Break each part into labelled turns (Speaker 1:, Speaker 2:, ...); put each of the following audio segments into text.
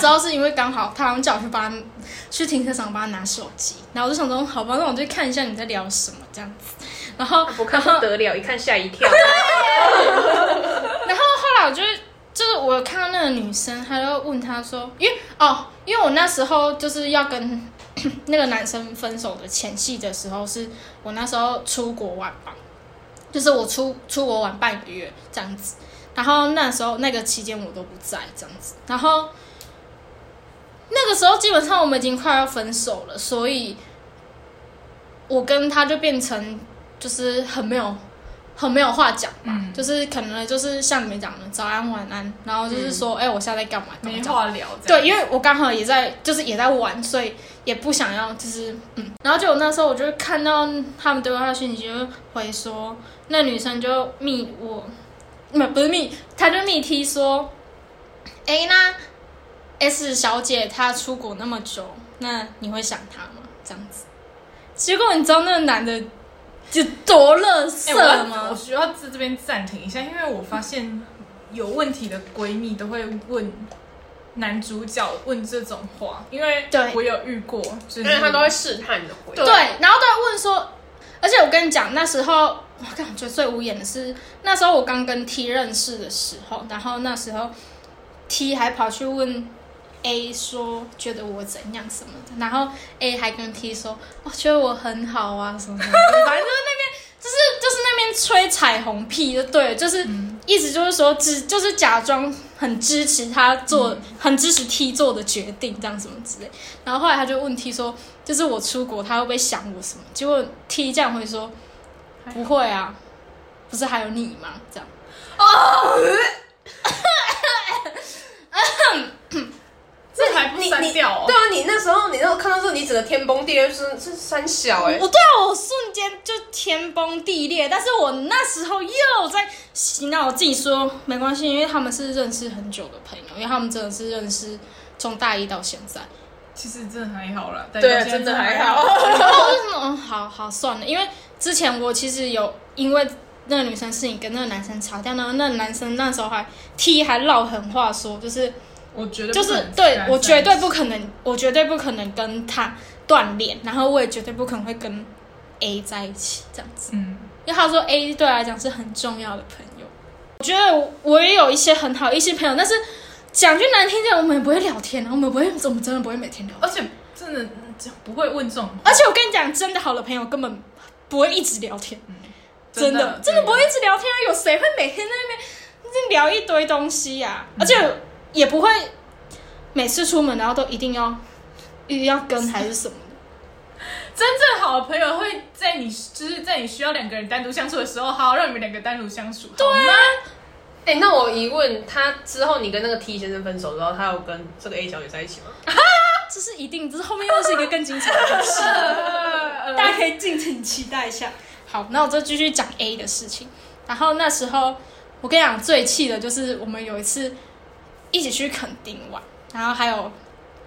Speaker 1: 时候是因为刚好他好像叫我去帮他去停车场帮他拿手机，然后我就想说，好吧，那我就看一下你在聊什么这样子。然后，
Speaker 2: 我看
Speaker 1: 然
Speaker 2: 不
Speaker 1: 后，
Speaker 2: 得了，一看吓一 跳。
Speaker 1: 然后后来我就就是我看到那个女生，她就问他说，因为哦，因为我那时候就是要跟 那个男生分手的前戏的时候，是我那时候出国玩吧，就是我出出国玩半个月这样子。然后那时候那个期间我都不在这样子，然后那个时候基本上我们已经快要分手了，所以我跟他就变成就是很没有很没有话讲嘛，就是可能就是像你们讲的早安晚安，然后就是说哎、我现在在干嘛干嘛
Speaker 3: 嗯没
Speaker 1: 干嘛
Speaker 3: 话聊这样。
Speaker 1: 对，因为我刚好也在，就是也在玩，所以也不想要，就是嗯。然后就我那时候，我就看到他们对话讯息，就回说那女生就密我，没不是密，她就密 T 说，哎、那 S 小姐她出国那么久，那你会想她吗？这样子。结果你知道那个男的就多乐
Speaker 3: 哎
Speaker 1: 色
Speaker 3: 我要
Speaker 1: 吗？
Speaker 3: 我需要在这边暂停一下，因为我发现有问题的闺蜜都会问男主角问这种话，因为
Speaker 1: 对
Speaker 3: 我有遇过，就是
Speaker 2: 因为他都会试探你的回
Speaker 1: 对，然后都会问说，而且我跟你讲，那时候我感觉最无言的是，那时候我刚跟 T 认识的时候，然后那时候 T 还跑去问 A 说觉得我怎样什么的，然后 A 还跟 T 说，我、觉得我很好啊什么什么的，反正就是那边。就是就是那边吹彩虹屁就对了，就是、意思就是说只就是假装很支持他做、很支持 T 做的决定这样什么之类。然后后来他就问 T 说，就是我出国，他会不会想我什么？结果 T 这样会说，不会啊，不是还有你吗？这样。
Speaker 3: 这还不
Speaker 2: 你
Speaker 3: 删
Speaker 2: 你对
Speaker 3: 掉哦。
Speaker 2: 啊，你那时候你那时候看到这，你整个天崩地裂，是是三小哎、
Speaker 1: 我对啊，我瞬间就天崩地裂，但是我那时候又在洗脑我自己说没关系，因为他们是认识很久的朋友，因为他们真的是认识从大一到现在。
Speaker 3: 其实真的还好啦，对
Speaker 2: 对，真的还
Speaker 1: 然
Speaker 2: 好。。
Speaker 1: 后我就说，嗯，好好算了，因为之前我其实有因为那个女生事情跟那个男生吵架，然后那个男生那时候还 T 还唠狠话说，就是
Speaker 3: 我觉得
Speaker 1: 就
Speaker 3: 不
Speaker 1: 是
Speaker 3: 能
Speaker 1: 对
Speaker 3: 删
Speaker 1: 我绝对不可能，我绝对不可能跟他断联，然后我也绝对不可能会跟 A 在一起这样子，
Speaker 3: 嗯，
Speaker 1: 因为他说 A 对他来讲是很重要的朋友。我觉得我也有一些很好的一些朋友，但是讲句难听点，我们也不会聊天啊，我们不会，我们真的不会每天聊天
Speaker 3: 而且真的嗯这不会问这种话，
Speaker 1: 而且我跟你讲，真的好的朋友根本不会一直聊天，真的真的不会一直聊天啊！有谁会每天在那边就是聊一堆东西呀、而且也不会每次出门然后都一定要一定要跟还是什么的。
Speaker 3: 真正好的朋友会在你就是在你需要两个人单独相处的时候，好好让你们两个单独相处，
Speaker 1: 啊
Speaker 3: 对吗？
Speaker 2: 哎、那我疑问，他之后你跟那个 T 先生分手之后，他有跟这个 A 小姐在一起吗？
Speaker 1: 这是一定，这是后面又是一个更精彩的故事， 大家可以敬请期待一下。好，那我就继续讲 A 的事情。然后那时候我跟你讲最气的就是我们有一次一起去垦丁玩，然后还有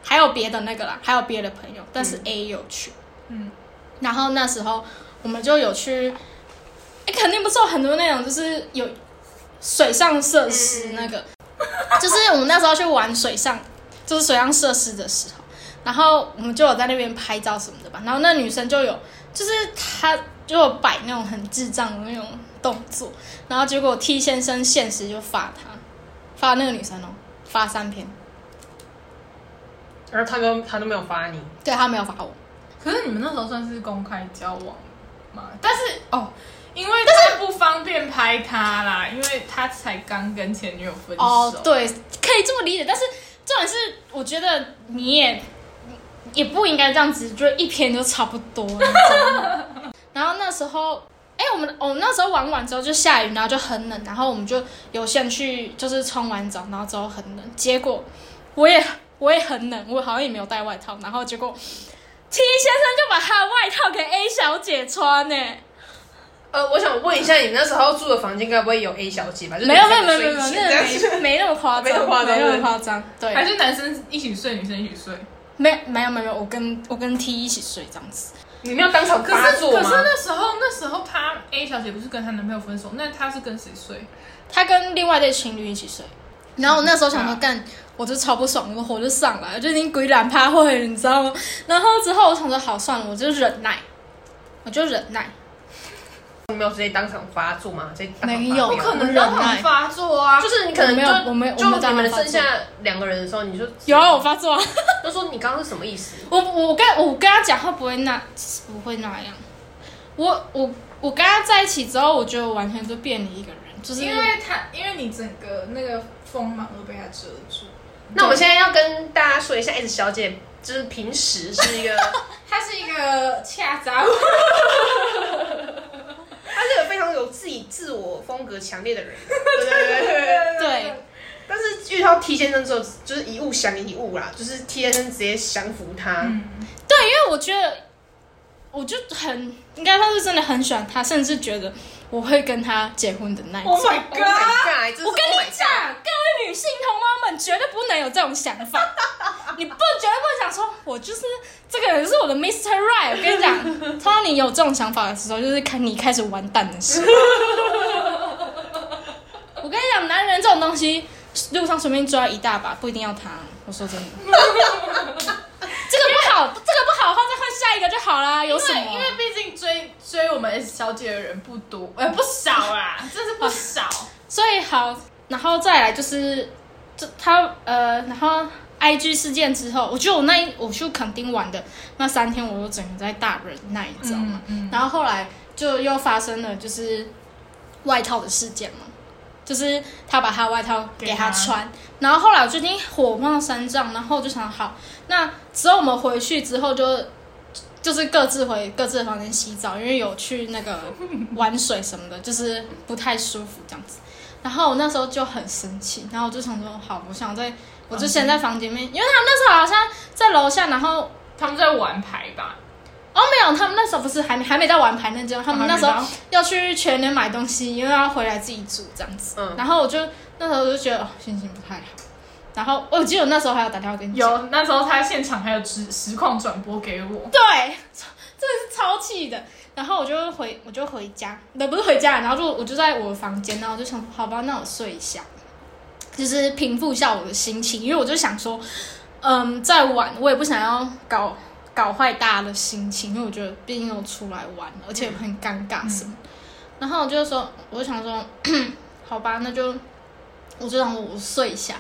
Speaker 1: 还有别的那个啦，还有别的朋友，但是 A 有去，
Speaker 3: 嗯，
Speaker 1: 然后那时候我们就有去，哎，肯定不是有很多那种就是有水上设施那 个，就是我们那时候去玩水上，就是水上设施的时候，然后我们就有在那边拍照什么的吧，然后那女生就有，就是她就有摆那种很智障的那种动作，然后结果 T 先生现实就发她，发那个女生哦，发三篇，
Speaker 2: 然后他都他都没有发你，
Speaker 1: 对她没有发我，
Speaker 3: 可是你们那时候算是公开交往嘛？但是哦，因为但是不方便拍他啦，因为他才刚跟前女友分手。
Speaker 1: 哦，对，可以这么理解。但是重点是，我觉得你也也不应该这样子，就一篇就差不多。你知道 吗然后那时候，哎、我们我们那时候玩完之后就下雨，然后就很冷，然后我们就有先去就是冲完澡，然后之后很冷，结果我也我也很冷，我好像也没有带外套，然后结果 T 先生就把他的外套给 A 小姐穿呢、哎
Speaker 2: 呃，我想问一下，你那时候住的房间该不会有 A 小姐吧？就是
Speaker 1: 没有没有
Speaker 2: 你
Speaker 1: 没有
Speaker 2: 们
Speaker 1: 没有没有，
Speaker 2: 睡一间这
Speaker 1: 那
Speaker 2: 样
Speaker 1: 个
Speaker 2: 子
Speaker 1: 没没那么夸张，
Speaker 2: 没那么夸张
Speaker 1: 没那
Speaker 2: 是
Speaker 1: 么
Speaker 2: 不是
Speaker 1: 夸张，对，
Speaker 3: 还是男生一起睡，女生一起睡。
Speaker 1: 没没有没有，我跟我跟 T 一起睡这样子。
Speaker 2: 你没有当场
Speaker 3: 可
Speaker 2: 发
Speaker 3: 是
Speaker 2: 作
Speaker 3: 可
Speaker 2: 吗？
Speaker 3: 是那时候那时候她 A 小姐不是跟她男朋友分手，那她是跟谁睡？
Speaker 1: 他跟另外一对情侣一起睡，然后我那时候想说，干，我就超不爽，我火就上来了，就已经鬼懒趴会了，你知道吗？然后之后我想说，好算了，我就忍耐，我就忍耐。
Speaker 2: 你没有直接当场发作吗？直接当场发
Speaker 1: 没有
Speaker 2: 飙
Speaker 3: 不可能让他们发作啊！
Speaker 2: 就是你可能
Speaker 1: 我没
Speaker 2: 就
Speaker 1: 有我没有我没有当
Speaker 2: 就你
Speaker 1: 场
Speaker 2: 们
Speaker 1: 发作
Speaker 2: 剩下两个人的时候，你就
Speaker 1: 有啊，我发作啊！
Speaker 2: 就说你刚刚是什么意思？
Speaker 1: 我我跟我跟他讲话不会那不会那样，我我我跟他在一起之后，我觉得我完全就变了一个人，就是
Speaker 3: 因为他，因为你整个那个锋芒都被他遮住，
Speaker 2: 那我们现在要跟大家说一下，S 小姐就是平时是 一个，
Speaker 3: 他是一个恰杂物，
Speaker 2: 她是个非常有自己自我风格强烈的人，对对对对对。
Speaker 1: 对，
Speaker 2: 但是遇到 T 先生之后，就是一物降一物啦，就是 T 先生直接降服他。
Speaker 3: 嗯，
Speaker 1: 对，因为我觉得，我就很应该说是真的很喜欢他，甚至觉得我会跟他结婚的那一种。
Speaker 3: Oh my
Speaker 2: Oh my god！
Speaker 1: 我跟你讲，各位女性同胞们绝对不能有这种想法，你不绝对不能想说，我就是这个人是我的 Mr. Right。我跟你讲，通常你有这种想法的时候，就是看你开始完蛋的时候。我跟你讲，男人这种东西，路上随便抓一大把，不一定要他。我说真的， 这个不好，这个不好的话，再换下一个就好啦。有
Speaker 3: 因
Speaker 1: 什么
Speaker 3: 为？因为毕竟追追我们 S 小姐的人不多，呃，不少啦，真是不少。
Speaker 1: 所以好，然后再来就是，这他呃，然后 I G 事件之后，我觉得我那一我去垦丁玩的那三天，我就整个在大忍耐，你知道吗？
Speaker 3: 嗯嗯
Speaker 1: 然后后来就又发生了就是外套的事件嘛，就是他把他的外套给他穿，然后后来我就已经火冒三丈，然后我就想好，那之后我们回去之后就。就是各自回各自的房间洗澡，因为有去那个玩水什么的，就是不太舒服这样子。然后我那时候就很生气，然后我就想说，好，我想在，我就先在房间里面，因为他们那时候好像在楼下，然后
Speaker 3: 他们在玩牌吧？
Speaker 1: 哦没有，他们那时候不是还没还没到玩牌那间，他们那时候要去全年买东西，因为要回来自己煮这样子。
Speaker 2: 嗯
Speaker 1: 然后我就那时候就觉得、哦、心情不太好，然后哦我记得我那时候还有打电话跟你讲
Speaker 3: 有，那时候他现场还有实实况转播给我，
Speaker 1: 对，真的是超气的。然后我就回，我就回家，那不是回家，然后就我就在我的房间，然后我就想，好吧，那我睡一下，就是平复一下我的心情，因为我就想说，嗯，再晚我也不想要搞搞坏大家的心情，因为我觉得毕竟我出来玩，而且很尴尬什么。然后我就说，我就想说，嗯好吧，那就我就想嗯我我睡一下。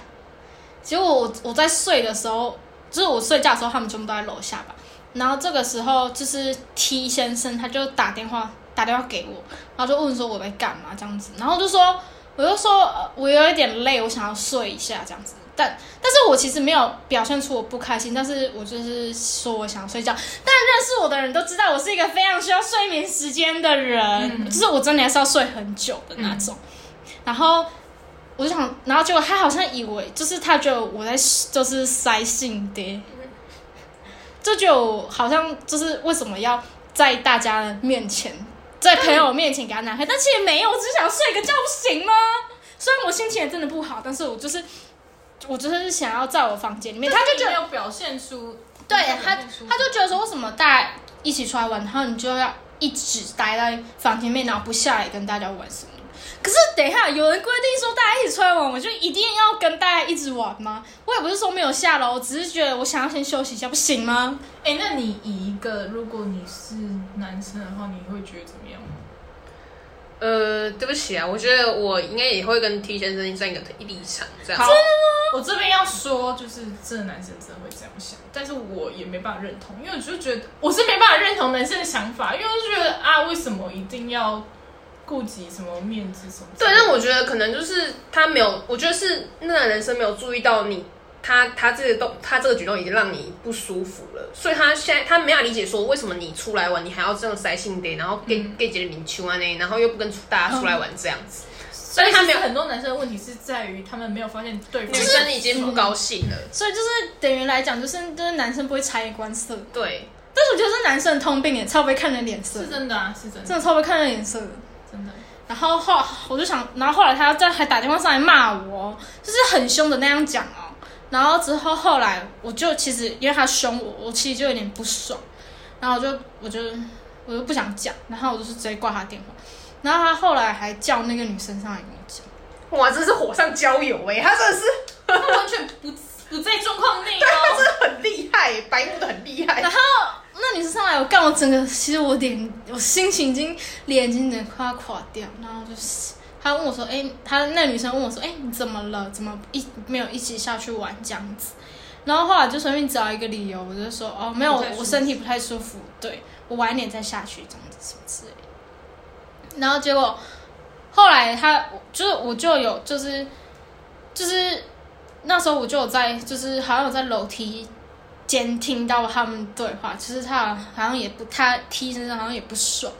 Speaker 1: 结果我我在睡的时候，就是我睡觉的时候，他们全部都在楼下吧。然后这个时候就是 T 先生，他就打电话打电话给我，然后就问说我在干嘛这样子，然后我就说我就说呃我有一点累，我想要睡一下这样子。但但是我其实没有表现出我不开心，但是我就是说我想睡觉。但认识我的人都知道，我是一个非常需要睡眠时间的人，
Speaker 3: 嗯
Speaker 1: 就是我真的还是要睡很久的那种。然后我就想，然后结果他好像以为，就是他觉得我在就是塞性的，这就觉得我好像就是为什么要在大家的面前，在朋友面前给他难堪，但其实没有，我只是想睡个觉，不行吗？虽然我心情也真的不好，但是我就是我就是想要在我房间里面，他就觉得
Speaker 3: 没有表现出，
Speaker 1: 对
Speaker 3: 没有
Speaker 1: 他，
Speaker 3: 表现出
Speaker 1: 他就觉得说，为什么大家一起出来玩，然后你就要一直待在房间内，然后不下来跟大家玩什么的？可是等一下，有人规定说大家一起出来玩，我就一定要跟大家一直玩吗？我也不是说没有下楼，我只是觉得我想要先休息一下，不行吗？
Speaker 3: 哎、那你以一个如果你是男生的话，你会觉得怎么样吗？
Speaker 2: 呃，对不起啊，我觉得我应该也会跟 T 先生站一个立场这样。
Speaker 3: 我这边要说，就是这男生真的会这样想，但是我也没办法认同，因为我就觉得啊我是没办法认同男生的想法，因为我就觉得啊，为什么一定要顾及什么面子什么之
Speaker 2: 对
Speaker 3: 类，的？
Speaker 2: 但我觉得可能就是他没有，我觉得是那个男生没有注意到你，他他这个动，他这个举动已经让你不舒服了，所以他现在他没法理解说为什么你出来玩，你还要这样塞性的，然后给给姐的领球啊那，然后又不跟大家出来玩这样子，所以他没有
Speaker 3: 但是很多男生的问题是在于他们没有发现对方
Speaker 2: 女生已经不高兴了，
Speaker 1: 所以就是等于来讲，就是就是男生不会察言观色，
Speaker 2: 对，
Speaker 1: 但是我觉得这男生的通病也超不会看人脸色
Speaker 3: 是，真的啊，是真
Speaker 1: 真
Speaker 3: 的，
Speaker 1: 的超不会看人脸色的。
Speaker 3: 真的。
Speaker 1: 然后后我就想，然后后来他再还打电话上来骂我，就是很凶的那样讲哦。然后之后后来我就其实因为他凶我，我其实就有点不爽，然后我就我就我就不想讲，然后我就是直接挂他电话。然后他后来还叫那个女生上来跟我讲，
Speaker 2: 哇，这是火上浇油哎、他真的是
Speaker 3: 他完全不不在状况内
Speaker 2: 他真
Speaker 3: 哦。
Speaker 2: 的很厉害、欸白目的很厉害
Speaker 1: 然。后那女生上来，我干我整个，其实我脸，我心情已经脸已经有点快要垮掉，然后就是。她问我说：“哎、她那女生问我说：‘哎、你怎么了？怎么一没有一起下去玩这样子？’然后后来就随便找一个理由，我就说：‘哦，没有，
Speaker 3: 不太舒服
Speaker 1: 我身体不太舒服，对我晚一点再下去，这样子什么之类的。’然后结果后来她就是我就有就是就是那时候我就有在就是好像有在楼梯监听到他们对话，其实他好像也不他 T 先生好像也不爽，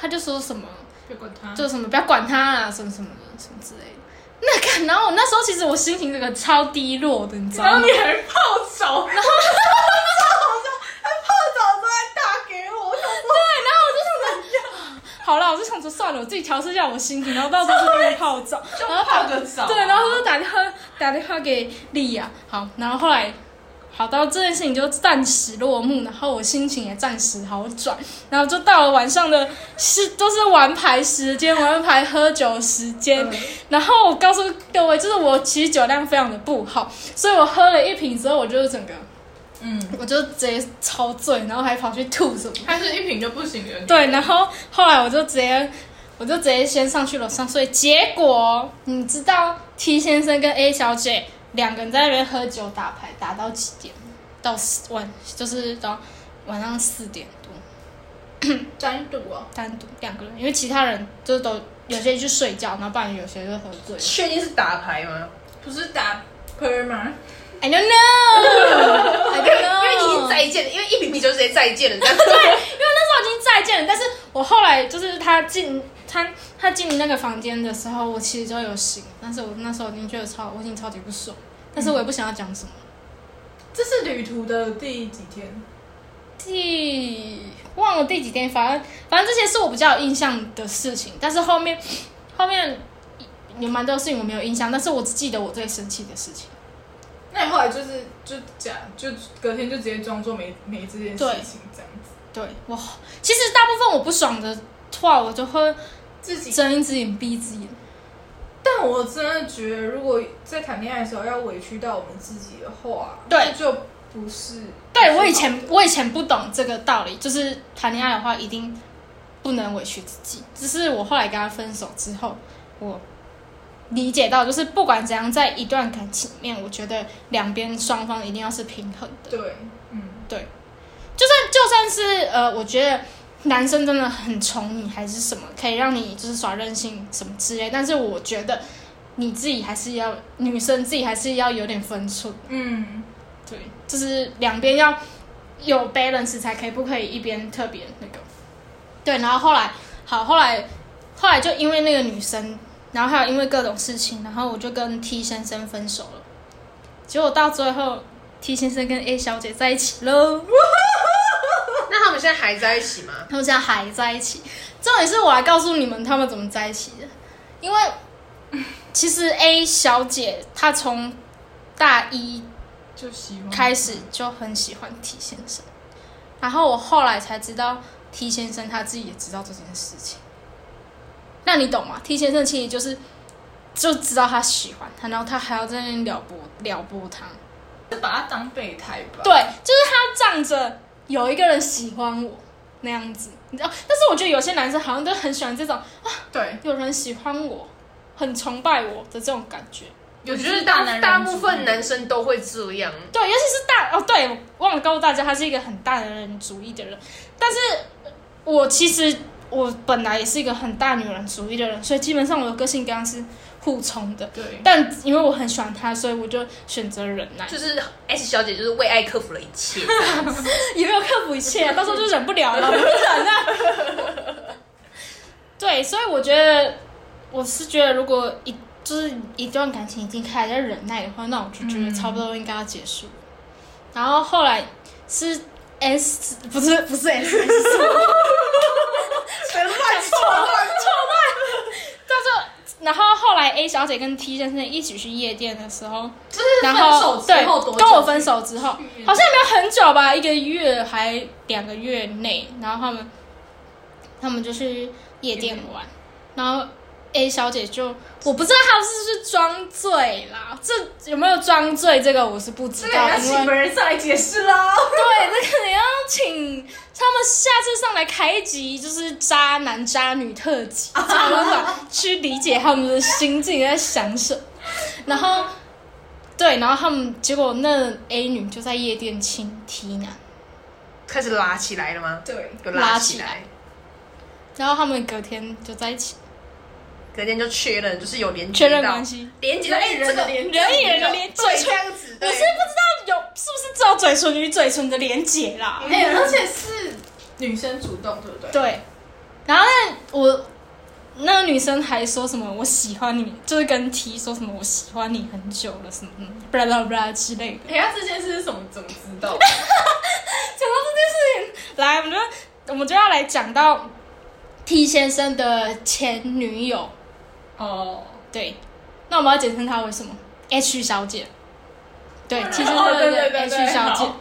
Speaker 1: 他就说什么
Speaker 3: 别管他，
Speaker 1: 就什么不要管他啦，什么什么的什么之类的。那看，然后我那时候其实我心情这个超低落的，你知道
Speaker 3: 然
Speaker 1: 吗
Speaker 3: 后？你还泡手，然后
Speaker 2: 泡澡都在打给我，我想说
Speaker 1: 好了，我就想说 算了，我自己调试一下我心情，然后到时候就去泡澡，
Speaker 3: 就
Speaker 1: 然后
Speaker 3: 泡个澡啊
Speaker 1: 对，然后就打电话打电话给丽亚，好，然后后来。好到这件事情就暂时落幕，然后我心情也暂时好转，然后就到了晚上的是都是玩牌时间，玩牌喝酒时间，然后我告诉各位，就是我其实酒量非常的不好，所以我喝了一瓶之后，我就整个
Speaker 3: 嗯，
Speaker 1: 我就直接超醉，然后还跑去吐什么的
Speaker 3: 他是一瓶就不行了。
Speaker 1: 对，然后后来我就直接，我就直接先上去楼上睡。结果你知道 T 先生跟 A 小姐两个人在那边喝酒打牌，打到几点？到四晚就是到晚上四点多，
Speaker 3: 单独哦，
Speaker 1: 单独两个人，因为其他人就都有些去睡觉，然后不然有些就喝醉了。
Speaker 2: 确定是打牌吗？
Speaker 3: 不是打 per 吗？
Speaker 1: I don't know, I
Speaker 2: 因
Speaker 3: 嗯
Speaker 1: don't know，
Speaker 2: 为你已经再见了，因为一瓶啤酒直接再见了，这样
Speaker 1: 因为那时候已经再见了，但是我后来就是他进他他进那个房间的时候，我其实就有醒，但是我那时候已经觉得超我已经超级不爽，但是我也不想要讲什么。
Speaker 3: 这是旅途的第几天？
Speaker 1: 第忘了第几天，反正反正这些是我比较有印象的事情，但是后面后面有蛮多事情我没有印象，但是我只记得我最生气的事情。
Speaker 3: 那你后来就是就假就隔天就直接装作没没这件事情这样子，
Speaker 1: 对我其实大部分我不爽的话，我就会
Speaker 3: 自己。
Speaker 1: 睁一只眼闭一只眼。
Speaker 3: 但我真的觉得，如果在谈恋爱的时候要委屈到我们自己的话，
Speaker 1: 对
Speaker 3: 那就不是。
Speaker 1: 对我以前我以前不懂这个道理，就是谈恋爱的话一定不能委屈自己。只是我后来跟他分手之后，我理解到，就是不管怎样，在一段感情里面，我觉得两边双方一定要是平衡的。
Speaker 3: 对，嗯，
Speaker 1: 对，就算就算是呃，我觉得男生真的很宠你，还是什么，可以让你就是耍任性什么之类，但是我觉得你自己还是要女生自己还是要有点分寸。
Speaker 3: 嗯，
Speaker 1: 对，就是两边要有 balance 才可以，不可以一边特别那个。对，然后后来，好，后来后来就因为那个女生，然后还有因为各种事情，然后我就跟 T 先生分手了。结果到最后，T 先生跟 A 小姐在一起喽，
Speaker 2: 那他们现在还在一起吗？
Speaker 1: 他们现在还在一起。重点是我来告诉你们他们怎么在一起的，因为其实 A 小姐她从大一
Speaker 3: 就希望
Speaker 1: 开始就很喜欢 T 先生，然后我后来才知道 T 先生他自己也知道这件事情。那你懂吗？T 先生其实就是就知道他喜欢他，然后他还要在那边撩拨撩拨他。
Speaker 3: 就把它当备胎吧。
Speaker 1: 对，就是他仗着有一个人喜欢我那样子，你知道？但是我觉得有些男生好像都很喜欢这种
Speaker 3: 对，
Speaker 1: 有人喜欢我，很崇拜我的这种感觉。
Speaker 3: 有
Speaker 2: 就是
Speaker 3: 大
Speaker 2: 大
Speaker 3: 男人
Speaker 2: 大
Speaker 3: 主义
Speaker 2: 部分男生都会这样，
Speaker 1: 对，尤其是大哦，对，我忘了告诉大家，他是一个很大男人主义的人。但是我其实我本来也是一个很大女人主义的人，所以基本上我的个性跟他是互冲的。
Speaker 3: 对，
Speaker 1: 但因为我很喜欢他，所以我就选择忍耐，
Speaker 2: 就是 S 小姐就是为爱克服了一切。
Speaker 1: 也没有克服一切，到时候就忍不了了，我就忍啊。对，所以我觉得我是觉得，如果一就是一段感情已经开始在忍耐的话，那我就觉得
Speaker 3: 嗯
Speaker 1: 差不多应该要结束了。然后后来是 S 不是不是 S，是什 么
Speaker 2: 乱说乱说，
Speaker 1: 叫做然后后来 A 小姐跟 T 先生一起去夜店的时候，
Speaker 3: 就是
Speaker 1: 然
Speaker 3: 分手
Speaker 1: 后
Speaker 3: 之
Speaker 1: 对
Speaker 3: 后多久？
Speaker 1: 跟我分手之后，好
Speaker 3: 去
Speaker 1: 像也没有很久吧，一个月还两个月内，然后他们他们就去夜店玩，然后 A 小姐就我不知道她是不是装醉啦，这有没有装醉这个我是不知
Speaker 3: 这个
Speaker 1: 道，
Speaker 3: 要
Speaker 1: 啊因
Speaker 3: 请
Speaker 1: 为
Speaker 3: 别人上来解释喽。
Speaker 1: 对这个你要请他们下次上来开一集，就是渣男渣女特辑，这样我无法去理解他们的心境在想什么。然后对，然后他们结果那 A 女就在夜店亲 T 男，
Speaker 2: 开始拉起来了吗？
Speaker 3: 对，
Speaker 2: 有
Speaker 1: 拉
Speaker 2: 起
Speaker 1: 起来，然后他们隔天就在一起
Speaker 2: 隔天就确认，就是有连
Speaker 1: 确
Speaker 2: 接
Speaker 1: 认
Speaker 2: 到
Speaker 1: 关，系。
Speaker 2: 连接到哎这个
Speaker 3: 连
Speaker 1: 人与人的连嘴
Speaker 2: 对这
Speaker 1: 唇，
Speaker 2: 样子，
Speaker 1: 我
Speaker 2: 对
Speaker 1: 是不知道有是不是只有嘴唇与嘴唇的连结啦。
Speaker 3: 哎、而且是女生主动，对不对？
Speaker 1: 嗯对，然后那我那个女生还说什么我喜欢你，就是跟 T 说什么我喜欢你很久了什么，嗯，blah blah blah 之类的。
Speaker 3: 哎、呀，这件事是什么？怎么知
Speaker 1: 讲
Speaker 3: 道？
Speaker 1: 到这件事情，来，我们就我们就要来讲到 T 先生的前女友，
Speaker 3: 哦，
Speaker 1: 对，那我们要简称她为什么？H 小姐。对，其实
Speaker 3: 哦对对
Speaker 1: 对
Speaker 3: 对
Speaker 1: H
Speaker 3: 对
Speaker 1: 小姐
Speaker 3: 好，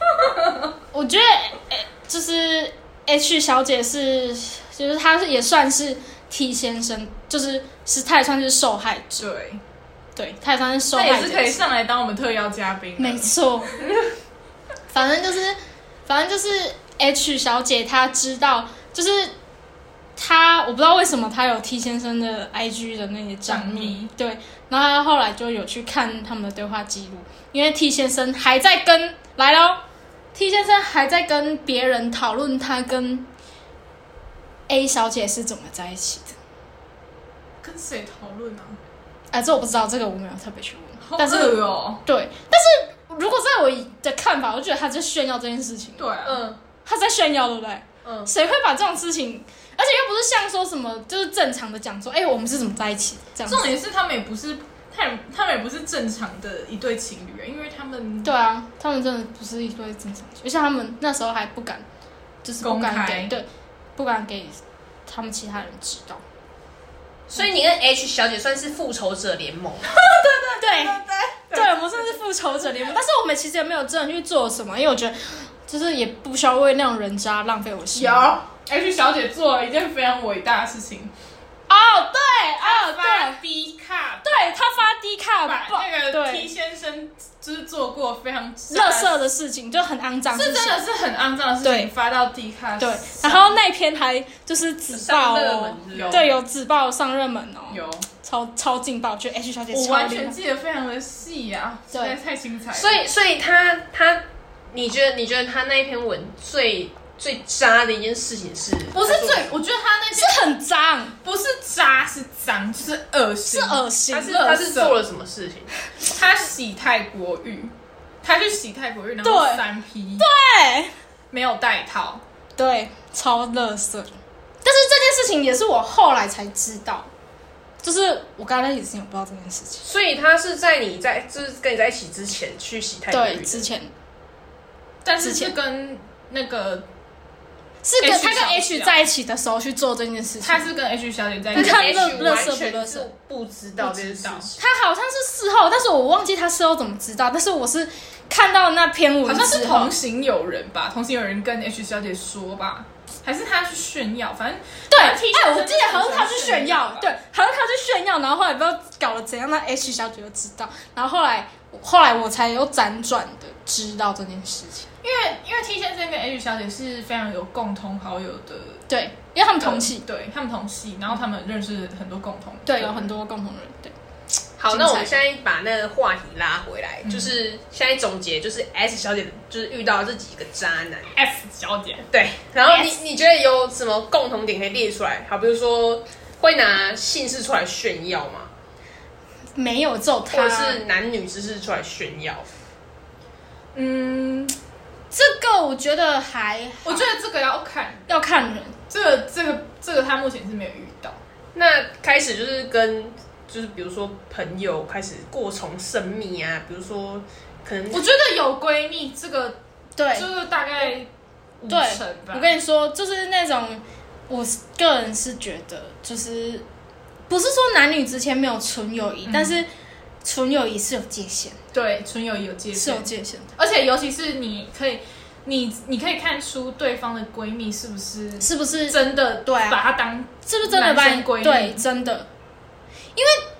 Speaker 1: 我觉得呃就是 H 小姐是，就是她是也算是 T 先生，就是是她也算是受害者，
Speaker 3: 对，
Speaker 1: 对，她也算是受
Speaker 3: 那
Speaker 1: 害
Speaker 3: 也
Speaker 1: 者
Speaker 3: 是
Speaker 1: 之一。
Speaker 3: 可以上来当我们特邀嘉宾的。
Speaker 1: 没错，反正就是，反正就是 H 小姐她知道，就是她我不知道为什么她有 T 先生的 IG 的那些账
Speaker 3: 账密
Speaker 1: 密，对，然后她后来就有去看他们的对话记录，因为 T 先生还在跟来喽，T 先生还在跟别人讨论他跟 A 小姐是怎么在一起的。
Speaker 3: 跟谁讨论啊？
Speaker 1: 啊，这我不知道，这个我没有特别去
Speaker 3: 好
Speaker 1: 问，但是
Speaker 3: 恶哦、
Speaker 1: 对，但是如果在我的看法，我觉得他在炫耀这件事情，
Speaker 3: 对啊，
Speaker 2: 嗯
Speaker 1: 他在炫耀，对不对？
Speaker 2: 嗯，
Speaker 1: 谁会把这种事情，而且又不是像说什么，就是正常的讲说，哎、我们是怎么在一起的这样子
Speaker 3: 重。点是他们也不是，他也他们也不是正常的一对情侣，因为他们
Speaker 1: 对啊，他们真的不是一对正常的，而且他们那时候还不敢，就是不
Speaker 3: 公
Speaker 1: 敢
Speaker 3: 开
Speaker 1: 给，对，不敢给他们其他人知道。
Speaker 2: 所以你跟 H 小姐算是复仇者联盟，
Speaker 1: 对对，我们算是复仇者联盟，但是我们其实也没有真的去做什么，因为我觉得就是也不需要为那种人渣浪费我心。
Speaker 3: 有 H 小姐做了一件非常伟大的事情，
Speaker 1: 哦，对，哦，对
Speaker 3: 发。低卡，
Speaker 1: 对他发低卡
Speaker 3: 把
Speaker 1: 爆
Speaker 3: 那个 T
Speaker 1: 对
Speaker 3: 先生就是做过非常
Speaker 1: 乐色的事情，就很肮脏。
Speaker 3: 是真的是很肮脏的事
Speaker 1: 对
Speaker 3: 情，发到 D 卡
Speaker 1: 对，然后那篇还就是自爆
Speaker 2: 上热
Speaker 1: 哦
Speaker 2: 门，是不
Speaker 3: 有
Speaker 2: 是
Speaker 1: 对，有自爆上热门哦，
Speaker 3: 有，
Speaker 1: 超超劲爆，就 H 小姐
Speaker 3: 我
Speaker 1: 超
Speaker 3: 完
Speaker 1: 厉
Speaker 3: 全
Speaker 1: 害。
Speaker 3: 记得非常的细啊，实
Speaker 1: 对
Speaker 3: 在太精彩了。
Speaker 2: 所以所以他他，你觉得你觉得他那一篇文最最渣的一件事情是？
Speaker 3: 不是最，我觉得他那些
Speaker 1: 是很脏，
Speaker 3: 不是渣是脏，就是恶
Speaker 1: 是
Speaker 3: 心，
Speaker 1: 恶心
Speaker 2: 他。
Speaker 3: 是
Speaker 2: 是
Speaker 3: 垃圾
Speaker 2: 他是做了什么事情？
Speaker 3: 他洗泰国浴，他去洗泰国浴，然后
Speaker 1: 对
Speaker 3: 三 P，
Speaker 1: 对
Speaker 3: 没有带套，
Speaker 1: 对，超乐色。但是这件事情也是我后来才知道，就是我刚才也是有不知道这件事情。
Speaker 2: 所以他是在你在就是跟你在一起之前去洗泰国浴
Speaker 1: 对，
Speaker 2: 的
Speaker 1: 之前
Speaker 3: 但是
Speaker 1: 之
Speaker 3: 是
Speaker 1: 前
Speaker 3: 跟那个
Speaker 1: 是跟
Speaker 3: H
Speaker 1: 他跟
Speaker 3: 小姐啊
Speaker 1: H 在一起的时候去做这件事情。
Speaker 3: 他是跟 H 小姐在一
Speaker 2: 但
Speaker 3: 起
Speaker 2: 是
Speaker 1: 你，看乐
Speaker 2: H
Speaker 1: 乐色
Speaker 2: 完
Speaker 1: 不乐
Speaker 2: 全
Speaker 1: 色
Speaker 2: 是不知道这件事
Speaker 3: 不
Speaker 2: 情。
Speaker 1: 他好像是事后，但是我忘记他事后怎么知道。但是我是看到那篇文
Speaker 3: 好
Speaker 1: 之后，
Speaker 3: 像是同行友人吧，同行友人跟 H 小姐说吧，还是他去炫耀，反正
Speaker 1: 对，
Speaker 3: 反正
Speaker 1: 哎，
Speaker 3: T 先生
Speaker 1: 我记得好像他去
Speaker 3: 就是
Speaker 1: 炫耀，
Speaker 3: 吧
Speaker 1: 对，，好像他去炫耀，然后后来不知道搞了怎样，那 H 小姐就知道，然后后来后来我才有辗转的知道这件事情。
Speaker 3: 因为因为 T 先生跟 H 小姐是非常有共同好友的
Speaker 1: 对，因为他们同系，
Speaker 3: 对他们同系，然后他们认识很多共同，
Speaker 1: 对，有很多共同人，对，
Speaker 2: 好，
Speaker 1: 精彩
Speaker 2: 那我们现在把那个话题拉回来，
Speaker 1: 嗯
Speaker 2: 就是现在总结，就是 S 小姐就是遇到这几个渣男，
Speaker 3: F 小姐，
Speaker 2: 对，然后你
Speaker 1: Yes
Speaker 2: 你觉得有什么共同点可以列出来？好，比如说会拿姓氏出来炫耀吗？
Speaker 1: 没有只有
Speaker 2: 或
Speaker 1: 他
Speaker 2: 者。是男女之事出来炫耀？
Speaker 3: 嗯，
Speaker 1: 这个我觉得还
Speaker 3: 我觉得这个要看，
Speaker 1: 要看人，
Speaker 3: 这个这个这个他目前是没有遇到，
Speaker 2: 那开始就是跟就是比如说朋友开始过从甚密啊，比如说可能嗯
Speaker 3: 我觉得有闺蜜这个
Speaker 1: 对，
Speaker 3: 就是大概五
Speaker 1: 对
Speaker 3: 成吧，
Speaker 1: 我跟你说，就是那种，我个人是觉得，就是不是说男女之间没有纯友
Speaker 3: 嗯
Speaker 1: 谊，但是纯友谊是有界限，
Speaker 3: 对纯友谊有界
Speaker 1: 是有
Speaker 3: 限，
Speaker 1: 界限的。
Speaker 3: 而且尤其是你可以，你你可以看出对方的闺蜜是不是
Speaker 1: 是不是
Speaker 3: 真的
Speaker 1: 对啊
Speaker 3: 把她当
Speaker 1: 是不是真的把
Speaker 3: 男
Speaker 1: 你
Speaker 3: 生闺蜜
Speaker 1: 对真的？因为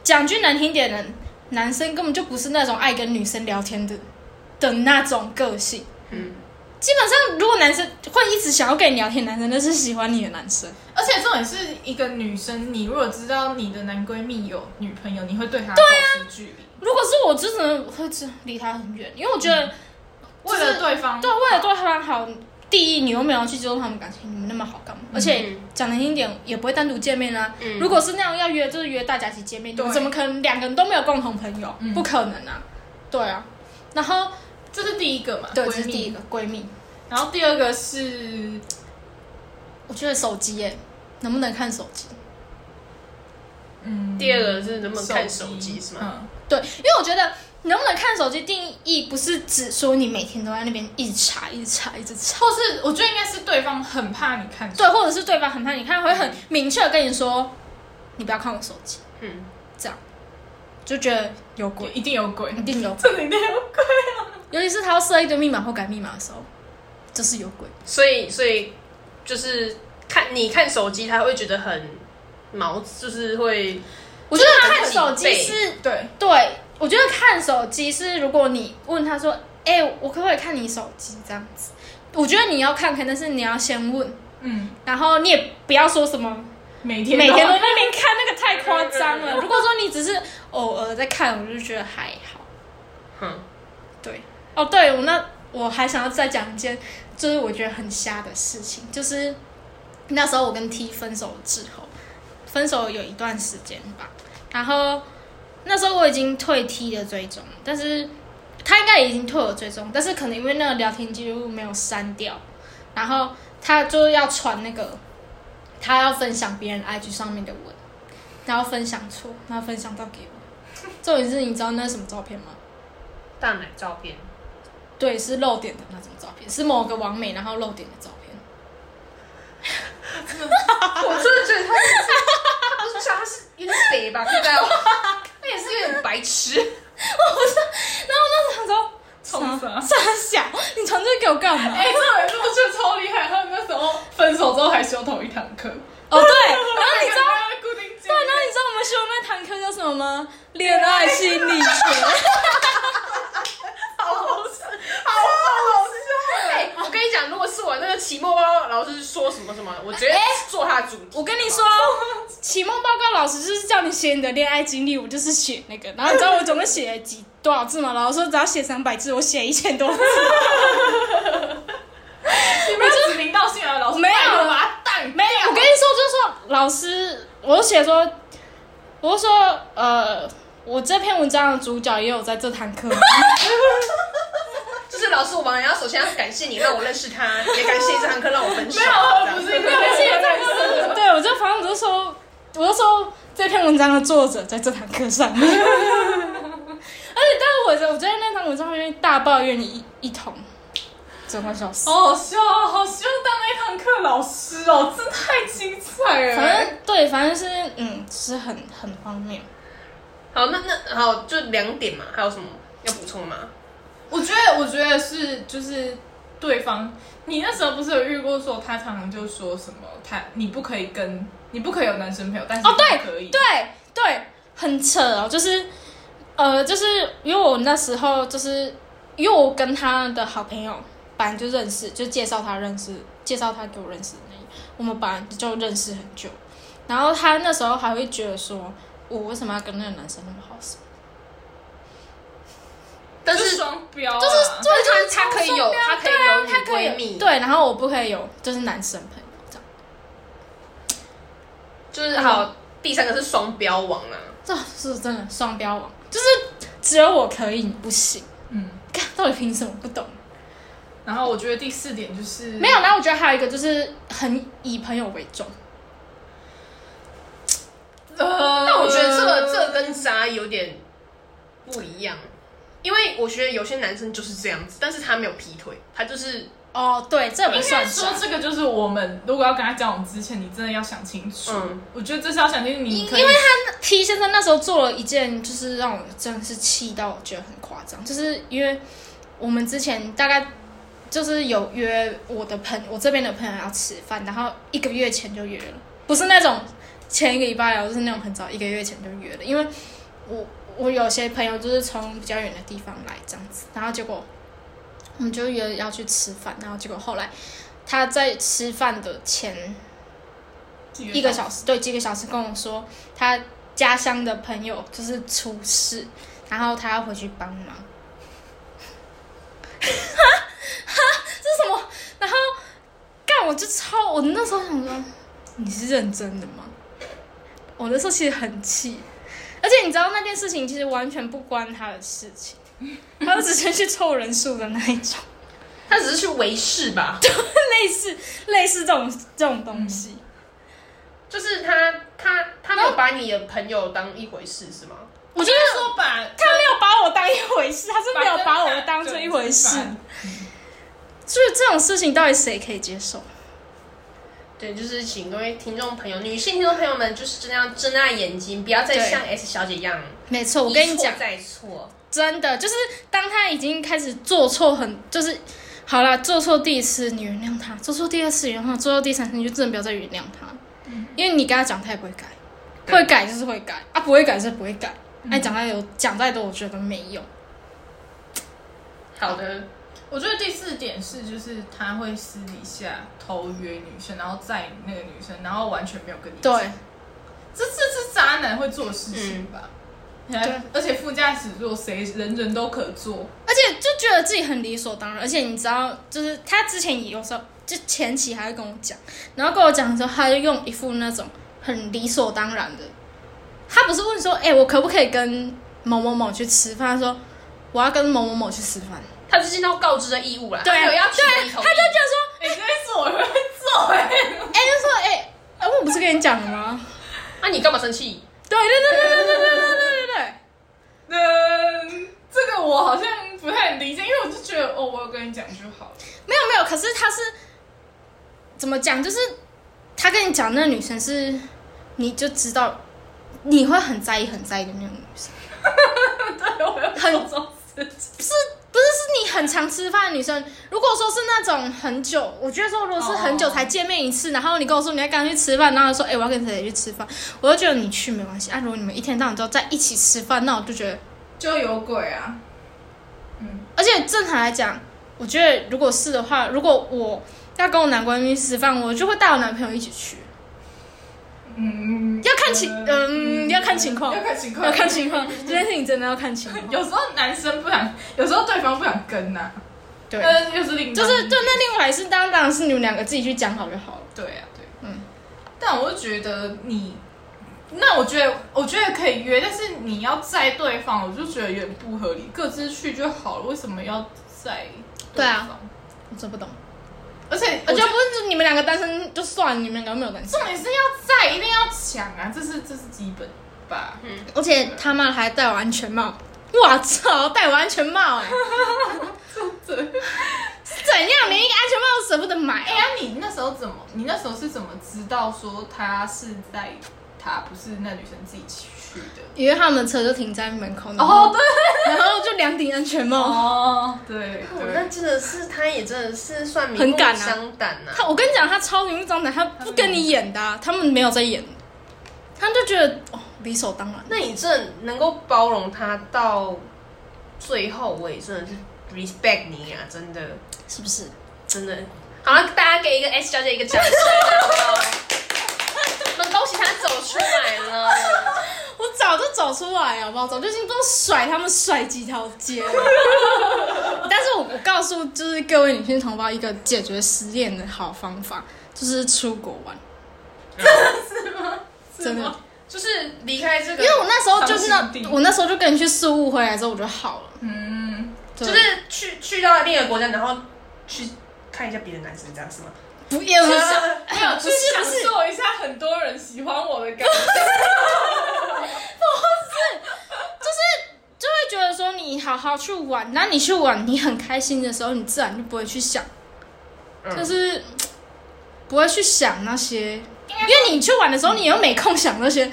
Speaker 1: 讲句难听点的，男生根本就不是那种爱跟女生聊天的的那种个性。
Speaker 2: 嗯，
Speaker 1: 基本上，如果男生会一直想要跟你聊天，男生那是喜欢你的男生。
Speaker 3: 而且重点是一个女生，你如果知道你的男闺蜜有女朋友，你会对她保持距离，
Speaker 1: 如果是我，就真的会真的离他很远，因为我觉得
Speaker 3: 为
Speaker 1: 就
Speaker 3: 了
Speaker 1: 是
Speaker 3: 对方。
Speaker 1: 对，啊为了对他好，第一你又没有去接触他们感情，你们那么好干
Speaker 3: 嗯
Speaker 1: 嘛？而且讲难听点，也不会单独见面啊。
Speaker 2: 嗯
Speaker 1: 如果是那样要约，就是约大家一起见面，你们
Speaker 3: 对
Speaker 1: 怎么可能两个人都没有共同朋友？
Speaker 3: 嗯
Speaker 1: 不可能啊！对啊，然后
Speaker 3: 这是第一个嘛，
Speaker 1: 对，这
Speaker 3: 闺
Speaker 1: 是
Speaker 3: 蜜
Speaker 1: 第一个闺蜜，
Speaker 3: 然后第二个是
Speaker 1: 我觉得手机耶、能不能看手机？
Speaker 3: 嗯，
Speaker 2: 第二个是能不能看手机是吗？
Speaker 3: 嗯，
Speaker 1: 对，因为我觉得能不能看手机定义不是只说你每天都在那边一直查、一直查、一直查，
Speaker 3: 或是我觉得应该是对方很怕你看手机，
Speaker 1: 对，或者是对方很怕你看，会很明确的跟你说，你不要看我手机，
Speaker 2: 嗯，
Speaker 1: 这样就觉得有鬼，
Speaker 3: 一定有 鬼，
Speaker 1: 一定有鬼，
Speaker 3: 这里面有鬼。
Speaker 1: 尤其是他要设一堆密码或改密码的时候，就是有鬼。
Speaker 2: 所以所以就是看你看手机，他会觉得很毛，就是会
Speaker 1: 我觉得
Speaker 2: 就是
Speaker 1: 看
Speaker 2: 很
Speaker 1: 手机
Speaker 2: 警备
Speaker 1: 是
Speaker 3: 对，
Speaker 1: 对，我觉得看手机是，如果你问他说：“哎、我可不可以看你手机？”这样子，我觉得你要看，可能是你要先问，
Speaker 3: 嗯，
Speaker 1: 然后你也不要说什么
Speaker 3: 每天
Speaker 1: 每天都在
Speaker 3: 都
Speaker 1: 那边看，那个太夸张了。如果说你只是偶尔在看，我就觉得还好。
Speaker 2: 嗯，
Speaker 1: 对，哦，对我那我还想要再讲一件，就是我觉得很瞎的事情，就是那时候我跟 T 分手之后，分手有一段时间吧，然后那时候我已经退 T 的追踪，但是他应该已经退我追踪，但是可能因为那个聊天记录没有删掉，然后他就要传那个他要分享别人 IG 上面的文，然后分享错，然后分享到给我。重点是，你知道那是什么照片吗？
Speaker 2: 大奶照片，
Speaker 1: 对，是露点的那种照片，是某个完美然后露点的照片。
Speaker 2: 我真的觉得他是，他不是他是有点北吧，看到，他也是有点白痴。
Speaker 1: 然后我那时候想说，
Speaker 3: 冲啥？
Speaker 1: 傻小，你传这个给我干嘛？
Speaker 3: 哎，这种人是不是超厉害？他们那时候分手之后还修同一堂课，
Speaker 1: 哦对，然后你知道，
Speaker 3: 他们固定见
Speaker 1: 对，
Speaker 3: 面
Speaker 1: 然后你知道我们修的那堂课叫什么吗？恋爱心理学。
Speaker 2: 好好笑，好好笑！哎，我跟你讲，如果是我那个期末报告老师说什么什么，我觉得做他的主题。
Speaker 1: 我跟你说，期末报告老师就是叫你写你的恋爱经历，我就是写那个。然后你知道我总共写了几多少字吗？老师说只要写三百字，我写一千多字。
Speaker 3: 你们指名道姓啊，老师
Speaker 1: 没有
Speaker 3: 拜托把他淡
Speaker 1: 没有，我跟你说，就是说老师，我就写说，我就说呃，我这篇文章的主角也有在这堂课。
Speaker 2: 就是老师，我们要首先要感谢你，让我认识他，也感谢这堂课让我分手。
Speaker 3: 没有，不是，
Speaker 2: 这样
Speaker 3: 没有，是有在课。
Speaker 1: 对，我就反正我就说，我就说这篇文章的作者在这堂课上面。而且，但是我我觉得那堂文章因为大抱怨一一通，真快笑死。
Speaker 3: 好好笑啊！好希望当那一堂课老师哦，这太精彩了。
Speaker 1: 反正对，反正是嗯，是很很荒谬。
Speaker 2: 好，那那好，就两点嘛，还有什么要补充吗？
Speaker 3: 我觉得，我觉得是就是对方，你那时候不是有遇过说他常常就说什么他你不可以跟你不可以有男生朋友，但是
Speaker 1: 哦，
Speaker 3: 你可以
Speaker 1: 对对对，很扯哦，就是呃，就是因为我那时候就是因为我跟他的好朋友本来就认识，就介绍他认识，介绍他给我认识的那一，我们本来就认识很久，然后他那时候还会觉得说我为什么要跟那个男生那么好什么
Speaker 2: 但
Speaker 3: 就是是双标、啊，
Speaker 1: 就是
Speaker 2: 但是
Speaker 1: 就是
Speaker 2: 他他可以有，他可以有女
Speaker 1: 他可
Speaker 2: 闺
Speaker 1: 以
Speaker 2: 蜜，，
Speaker 1: 对，然后我不可以有就是男生朋友这样，
Speaker 2: 就是好。第三个是双标王啊，
Speaker 1: 这是真的双标王，就是只有我可以，你不行，
Speaker 3: 嗯。
Speaker 1: 看到底凭什么不懂？
Speaker 3: 然后我觉得第四点就是
Speaker 1: 没有，然后我觉得还有一个就是很以朋友为重，
Speaker 3: 呃，
Speaker 2: 但我觉得这个这个跟渣有点不一样，因为我觉得有些男生就是这样子，但是他没有劈腿，他就是
Speaker 1: 哦，对，这不
Speaker 3: 应该
Speaker 1: 算
Speaker 3: 说
Speaker 1: 渣，
Speaker 3: 这个就是我们如果要跟他交往之前，你真的要想清楚。
Speaker 2: 嗯
Speaker 3: 我觉得这是要想清楚，你可以
Speaker 1: 因为他 T 先生那时候做了一件，就是让我真的是气到我觉得很夸张，就是因为我们之前大概就是有约我的朋我这边的朋友要吃饭，然后一个月前就约了，不是那种前一个礼拜啊，我是那种很早一个月前就约了，因为我我有些朋友就是从比较远的地方来这样子，然后结果我们就约要去吃饭，然后结果后来他在吃饭的前一个小时，对，几个小时跟我说，他家乡的朋友就是出事，然后他要回去帮忙。哈哈，这是什么？然后干，我就超，我那时候想说，你是认真的吗？我那时候其实很气，而且你知道那件事情其实完全不关他的事情，他就只是去凑人数的那一种，
Speaker 3: 他只是去维视吧，
Speaker 1: 类似类似这种这种东西。
Speaker 2: 就是他他他没有把你的朋友当一回事是吗？
Speaker 1: 我觉
Speaker 3: 就
Speaker 1: 得
Speaker 3: 是说把
Speaker 1: 他没有把我当一回事，他是没有把我当做一回事。就是这种事情，到底谁可以接受？
Speaker 2: 对，就是请各位听众朋友，女性听众朋友们，就是真的要睁大眼睛，不要再
Speaker 1: 对
Speaker 2: 像 S 小姐一样，
Speaker 1: 没错，我跟你讲
Speaker 2: 一错，再错，
Speaker 1: 真的就是当他已经开始做错很，就是好啦，做错第一次你原谅他，做错第二次原谅他，做错第三次你就真的不要再原谅他，因为你跟他讲他也不会改，
Speaker 2: 对
Speaker 1: 会改就是会改啊，不会改就是不会改。哎、讲再多讲再多，我觉得没用。
Speaker 2: 好的，
Speaker 3: 我觉得第四点是，就是他会私底下偷约女生，然后载那个女生，然后完全没有跟你
Speaker 1: 对嗯
Speaker 3: 讲，这这是渣男会做的事情吧？
Speaker 1: 对
Speaker 3: 对，而且副驾驶座谁人人都可坐，
Speaker 1: 而且就觉得自己很理所当然，而且你知道，就是他之前也有时候就前期还会跟我讲，然后跟我讲的时候，他就用一副那种很理所当然的，他不是问说，哎、我可不可以跟某某某去吃饭？他说我要跟某某某去吃饭，
Speaker 2: 他是尽到告知的义务啦，
Speaker 1: 对啊
Speaker 2: 他没有要取得
Speaker 1: 对，
Speaker 2: 你
Speaker 1: 他就觉
Speaker 2: 同
Speaker 1: 得说，
Speaker 2: 意
Speaker 3: 哎、这件事我会做哎、
Speaker 1: 哎、就说，哎、哎、我不是跟你讲了吗？
Speaker 2: 那啊你干嘛生气？
Speaker 1: 对对对对对对对对对对对。
Speaker 3: 嗯，这个我好像不太理解，因为我就觉得哦，我有跟你讲就好了。
Speaker 1: 没有没有，可是他是怎么讲？就是他跟你讲那个女生是，你就知道你会很在意、很在意的那种女生，
Speaker 3: 对，我有做这种事情。
Speaker 1: 是不是？是你很常吃饭的女生。如果说是那种很久，我觉得说如果是很久
Speaker 3: 哦
Speaker 1: 才见面一次，然后你跟我说你要跟他去吃饭，然后说哎、我要跟谁谁去吃饭，我就觉得你去没关系。啊，如果你们一天到晚都在一起吃饭，那我就觉得
Speaker 3: 就有鬼啊！嗯
Speaker 1: 而且正常来讲，我觉得如果是的话，如果我要跟我男闺蜜吃饭，我就会带我男朋友一起去。
Speaker 3: 嗯，
Speaker 1: 要看情嗯要看情况
Speaker 3: 要看情 况，
Speaker 1: 要看情况，这件事情真的要看情况。
Speaker 3: 有时候男生不想，有时候对方不想跟呐、
Speaker 1: 对，
Speaker 3: 那又是另一
Speaker 1: 呃就
Speaker 3: 方
Speaker 1: 是对，那另外是当当然是你们两个自己去讲好就好了。
Speaker 3: 对啊，对，
Speaker 1: 嗯
Speaker 3: 嗯。但我就觉得你，那我觉得我觉得可以约，但是你要载对方，我就觉得有点不合理，各自去就好了，为什么要载
Speaker 1: 对啊
Speaker 3: 方？
Speaker 1: 我真不懂，
Speaker 3: 而且
Speaker 1: 我
Speaker 3: 我
Speaker 1: 觉
Speaker 3: 觉
Speaker 1: 得
Speaker 3: 得
Speaker 1: 不是你们两个单身就算，了，你们两个没有单身，
Speaker 3: 重点是要载，一定要抢啊，这是这是基本吧。
Speaker 1: 而且他妈还戴我安全帽，我操，戴我安全帽 哎、
Speaker 3: 对，
Speaker 1: 是怎样连一个安全帽都舍不得 买、
Speaker 3: 哎呀，你那时候怎么？你那时候是怎么知道说他是在他不是那女生自己去的？
Speaker 1: 因为他们的车就停在门口，然
Speaker 3: 哦
Speaker 1: 后，
Speaker 3: 对，
Speaker 1: 然后就两顶安全帽，
Speaker 3: 哦，对
Speaker 2: 哦那
Speaker 3: 对，
Speaker 2: 真的是，他也真的是算明
Speaker 1: 很
Speaker 2: 目
Speaker 1: 敢啊
Speaker 2: 张胆呐、
Speaker 1: 他，我跟你讲，他超明目张胆，他不跟你演的啊、他们没有在演，他们就觉得哦理所当然。
Speaker 2: 那你真的能够包容他到最后，我也真的是 respect 你啊，真的
Speaker 1: 是不是？
Speaker 2: 真的。好了，大家给一个 S 小姐一个 掌声，好 不好我们恭喜她走出来了。
Speaker 1: 我早就走出来了，好不好？早就已经都甩他们甩几条街 了。但是我我告诉就是各位女性同胞一个解决失恋的好方法，就是出国玩。 真的，
Speaker 2: 就是离开这
Speaker 1: 因为我
Speaker 2: 个，
Speaker 1: 那时候就是那
Speaker 3: 伤心地
Speaker 1: 我那时候就跟你去宿务回来之后我就好了，
Speaker 3: 嗯，
Speaker 1: 就
Speaker 2: 就是去去到另一个国家，然后去看一下别的男生，这样是吗？
Speaker 1: 不也不是
Speaker 3: 没有去
Speaker 1: 不是
Speaker 3: 享
Speaker 1: 不是
Speaker 3: 受一下很多人喜欢我的感觉。
Speaker 1: 就是就会觉得说你好好去玩，那你去玩你很开心的时候，你自然就不会去想，
Speaker 2: 嗯
Speaker 1: 就是不会去想那些，因为你去玩的时候你又没空想那些，就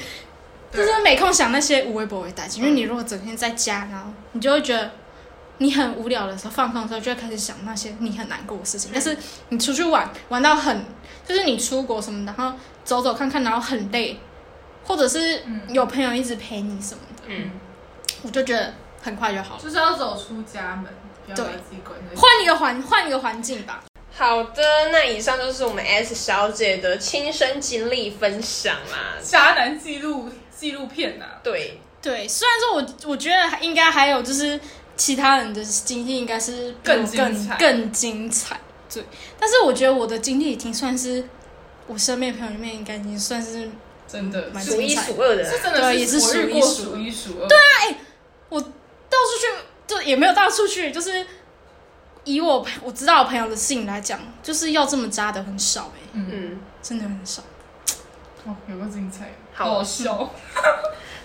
Speaker 2: 对嗯
Speaker 1: 是没空想那些无微不微代际，因为你如果整天在家，然后你就会觉得你很无聊的时候、放空的时候，就会开始想那些你很难过的事
Speaker 2: 嗯
Speaker 1: 情。但是你出去玩，玩到很，就是你出国什么的，然后走走看看，然后很累，或者是
Speaker 3: 嗯
Speaker 1: 有朋友一直陪你什么的，
Speaker 2: 嗯，
Speaker 1: 我就觉得很快就好了。
Speaker 3: 就是要走出家门，不要把
Speaker 1: 对
Speaker 3: 自己关在。
Speaker 1: 换一个环，换一个环境吧。
Speaker 2: 好的，那以上就是我们 S 小姐的亲身经历分享啦。
Speaker 3: 渣男纪录纪录片呐、啊，
Speaker 2: 对，
Speaker 1: 对，虽然说我我觉得应该还有就是其他人的经历应该是
Speaker 3: 更
Speaker 1: 更
Speaker 3: 精彩
Speaker 1: 更精彩，对。但是我觉得我的经历已经算是我身边朋友里面应该已经算是
Speaker 3: 真的
Speaker 1: 蛮
Speaker 3: 是
Speaker 2: 数一数二的啦
Speaker 3: 是真的
Speaker 1: 对也是
Speaker 3: 我
Speaker 1: 数
Speaker 3: 遇
Speaker 1: 一
Speaker 3: 过
Speaker 1: 数
Speaker 3: 数一数二。对啊，
Speaker 1: 到处去，就也没有到处去，就是以我朋我知道我朋友的事情来讲，就是要这么渣的很少哎、
Speaker 3: 嗯，
Speaker 2: 嗯，
Speaker 1: 真的很少。
Speaker 3: 哦，有个精彩，
Speaker 1: 啊
Speaker 2: 好
Speaker 3: 好笑。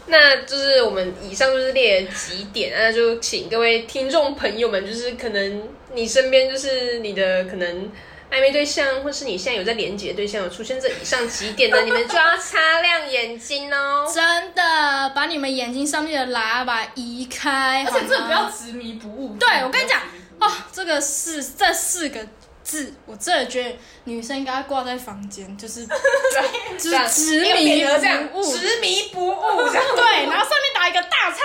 Speaker 2: 那就是我们以上就是列了几点，那就请各位听众朋友们，就是可能你身边就是你的可能。暧昧对象，或是你现在有在连接对象，有出现这以上几点的，你们就要擦亮眼睛哦。
Speaker 1: 真的，把你们眼睛上面的喇叭移开，
Speaker 3: 而且真的
Speaker 1: 好
Speaker 3: 不
Speaker 1: 吗
Speaker 3: 要执迷不悟。
Speaker 1: 对我跟你讲
Speaker 3: 不要执迷不悟
Speaker 1: 哦，这个四这四个字，我真的觉得女生应该挂在房间， 就是
Speaker 2: 这
Speaker 1: 就
Speaker 2: 样
Speaker 1: 是执
Speaker 2: 一个
Speaker 1: 迷
Speaker 2: 匾额这样
Speaker 1: 不悟，
Speaker 2: 执迷不悟这样。
Speaker 1: 对，然后上面打一个大叉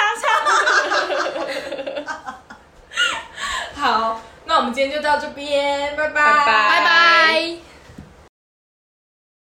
Speaker 1: 叉。
Speaker 3: 好，那我们今天就到这边，拜拜，
Speaker 2: 拜
Speaker 1: 拜拜。